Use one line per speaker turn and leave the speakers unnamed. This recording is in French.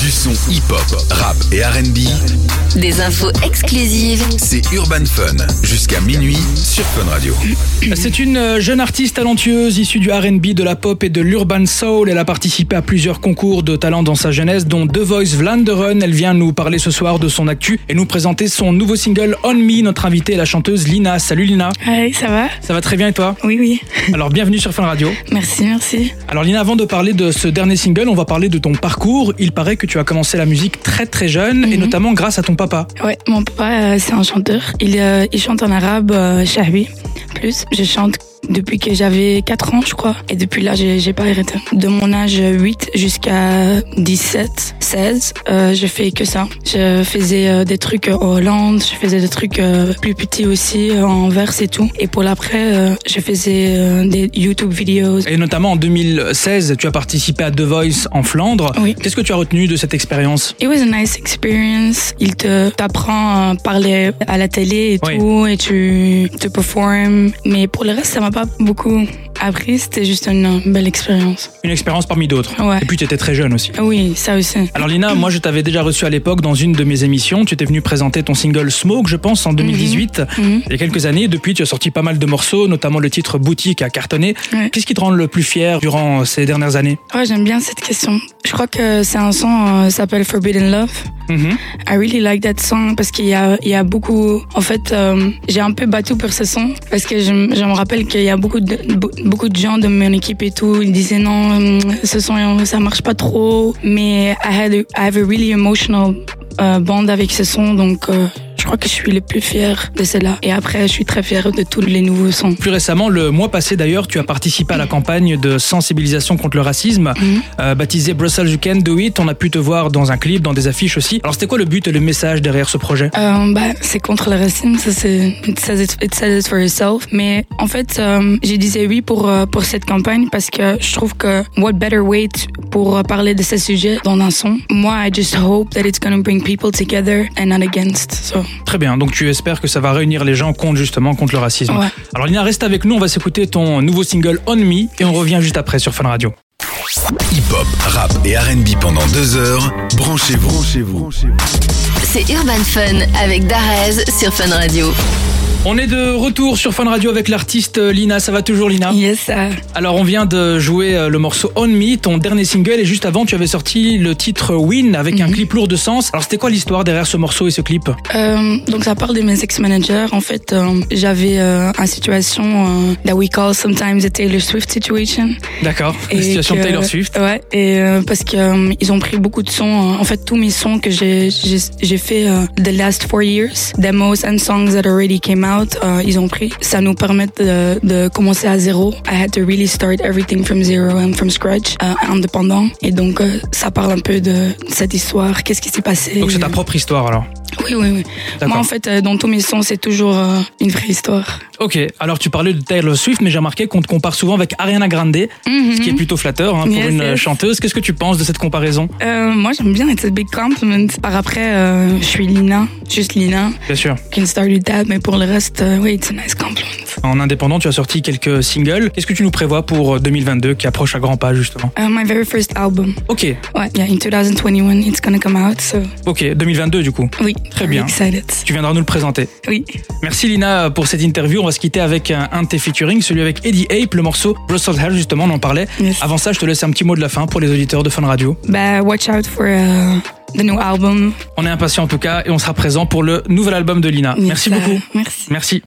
Du son hip-hop, rap et RB,
Des infos exclusives.
c'est Urban Fun. Jusqu'à minuit sur Fun Radio.
C'est une euh, jeune artiste talentueuse issue du RB, de la pop et de l'urban soul. Elle a participé à plusieurs concours de talent dans sa jeunesse, dont The Voice Vlaanderen. Elle vient nous parler ce soir de son actu et nous présenter son nouveau single On Me. Notre invitée est la chanteuse Lina. Salut Lina,
Allez, Ah ça va
ça va très bien et toi
Oui, oui.
Alors bienvenue sur Fun Radio.
Merci, merci.
Alors Lina, avant de parler de ce dernier single, on va parler de ton parcours. Il paraît que tu as commencé la musique très très jeune et
Mhm.
notamment grâce à ton papa.
Ouais, mon papa, euh, c'est un chanteur. Il, euh, il chante en arabe, euh, Shahbi. Plus, je chante depuis que j'avais 4 ans, je crois. Et depuis là, j'ai j'ai pas arrêté. De mon âge 8 jusqu'à 17, 16, euh, j'ai fait que ça. Je faisais euh, des trucs en Hollande, je faisais des trucs euh, plus petits aussi, euh, en verse et tout. Et pour l'après, euh, je faisais euh, des YouTube videos.
Et notamment en 2016, tu as participé à The Voice en Flandre.
Oui.
Qu'est-ce que tu as retenu de cette expérience
It was a nice experience. Il te t'apprend à parler à la télé et
Oui.
tout, et tu te performes. Mais pour le reste, ça m'a pas beaucoup appris. C'était juste une belle expérience.
Une expérience parmi d'autres.
Ouais.
Et puis tu étais très jeune aussi.
Ah Oui, ça aussi.
Alors Lina, moi je t'avais déjà reçu à l'époque dans une de mes émissions. Tu étais venue présenter ton single Smoke, je pense, en 2018.
Mhm.
Il y a quelques années, depuis tu as sorti pas mal de morceaux, notamment le titre Boutique à cartonné.
Ouais.
Qu'est-ce qui te rend le plus fier durant ces dernières années
Ouais, j'aime bien cette question. Je crois que c'est un son euh, s'appelle Forbidden Love.
Mhm.
I really like that song parce qu'il y a, il y a beaucoup. En fait, euh, j'ai un peu battu pour ce son parce que je, m- je me rappelle qu'il y a beaucoup de, be- beaucoup de gens de mon équipe et tout. Ils disaient non, hum, ce son ça marche pas trop. Mais I had a, I have a really emotional euh, band avec ce son donc. euh, je crois que je suis le plus fier de celle-là. Et après, je suis très fière de tous les nouveaux sons.
Plus récemment, le mois passé d'ailleurs, tu as participé à la campagne de sensibilisation contre le racisme,
Mhm.
euh, baptisée Brussels You Can Do It. On a pu te voir dans un clip, dans des affiches aussi. Alors c'était quoi le but et le message derrière ce projet
Euh, bah, c'est contre le racisme, ça c'est it says it, it says it for itself. Mais en fait, euh, j'ai disais oui pour euh, pour cette campagne parce que je trouve que what better way to- pour euh, parler de ce sujet dans un son. Moi, I just hope that it's gonna bring people together and not against. So
Très bien, donc tu espères que ça va réunir les gens contre justement contre le racisme.
ouais.
Alors Lina, reste avec nous, on va s'écouter ton nouveau single On Me et on revient juste après sur Fun Radio.
Hip-hop, rap et RB pendant deux heures. Branchez-vous. Branchez-vous.
C'est Urban Fun avec Darez sur Fun Radio.
On est de retour sur Fun Radio avec l'artiste euh, Lina, ça va toujours Lina
Yes, uh, ça.
Alors on vient de jouer euh, le morceau On Me, ton dernier single, et juste avant tu avais sorti le titre Win avec
Mhm.
un clip lourd de sens. Alors c'était quoi l'histoire derrière ce morceau et ce clip
Euh, donc ça parle de mes ex-managers. En fait, euh, j'avais euh, une situation euh, that we call sometimes a Taylor Swift situation.
D'accord, la
Et
situation
que-
Taylor Swift.
Ouais, et euh, parce que euh, ils ont pris beaucoup de sons. euh, en fait, tous mes sons que j'ai j'ai j'ai fait euh, the last four years, demos and songs that already came out, euh, ils ont pris. Ça nous permet de, de commencer à zéro. I had to really start everything from zero and from scratch, euh, indépendant. Et donc euh, ça parle un peu de cette histoire. Qu'est-ce qui s'est passé
Donc c'est ta propre histoire alors.
Oui, oui, oui. Moi,
D'accord.
en fait, euh, dans tous mes sons, c'est toujours euh, une vraie histoire.
Ok, alors tu parlais de Taylor Swift, mais j'ai remarqué qu'on te compare souvent avec Ariana Grande, ce
Mm-hmm.
qui est plutôt flatteur hein, pour
Mhm. Yes,
une
yes.
euh, chanteuse. Qu'est-ce que tu penses de cette comparaison
Euh, moi, j'aime bien It's a Big Compliment. Par après, euh, je suis Lina, juste Lina.
Bien sûr.
Can start with that, mais pour le reste, euh, oui, it's a nice compliment.
En indépendant, tu as sorti quelques singles. Qu'est-ce que tu nous prévois pour euh, 2022 qui approche à grands pas justement
Uh, my very first album.
Ok,
Ouais, yeah, in 2021, it's gonna come out, so
ok, 2022 du coup.
oui.
Très
I'm
bien.
excited.
Tu viendras nous le présenter.
Oui.
Merci Lina pour cette interview. On va se quitter avec un, un de tes featuring, celui avec Eddie Ape, le morceau Brussels Hell justement, on en parlait.
Yes.
Avant ça, je te laisse un petit mot de la fin pour les auditeurs de Fun Radio.
Bah, watch out for uh, the new album.
On est impatients en tout cas et on sera présent pour le nouvel album de Lina. Merci
Yes,
beaucoup.
uh, Merci.
Merci.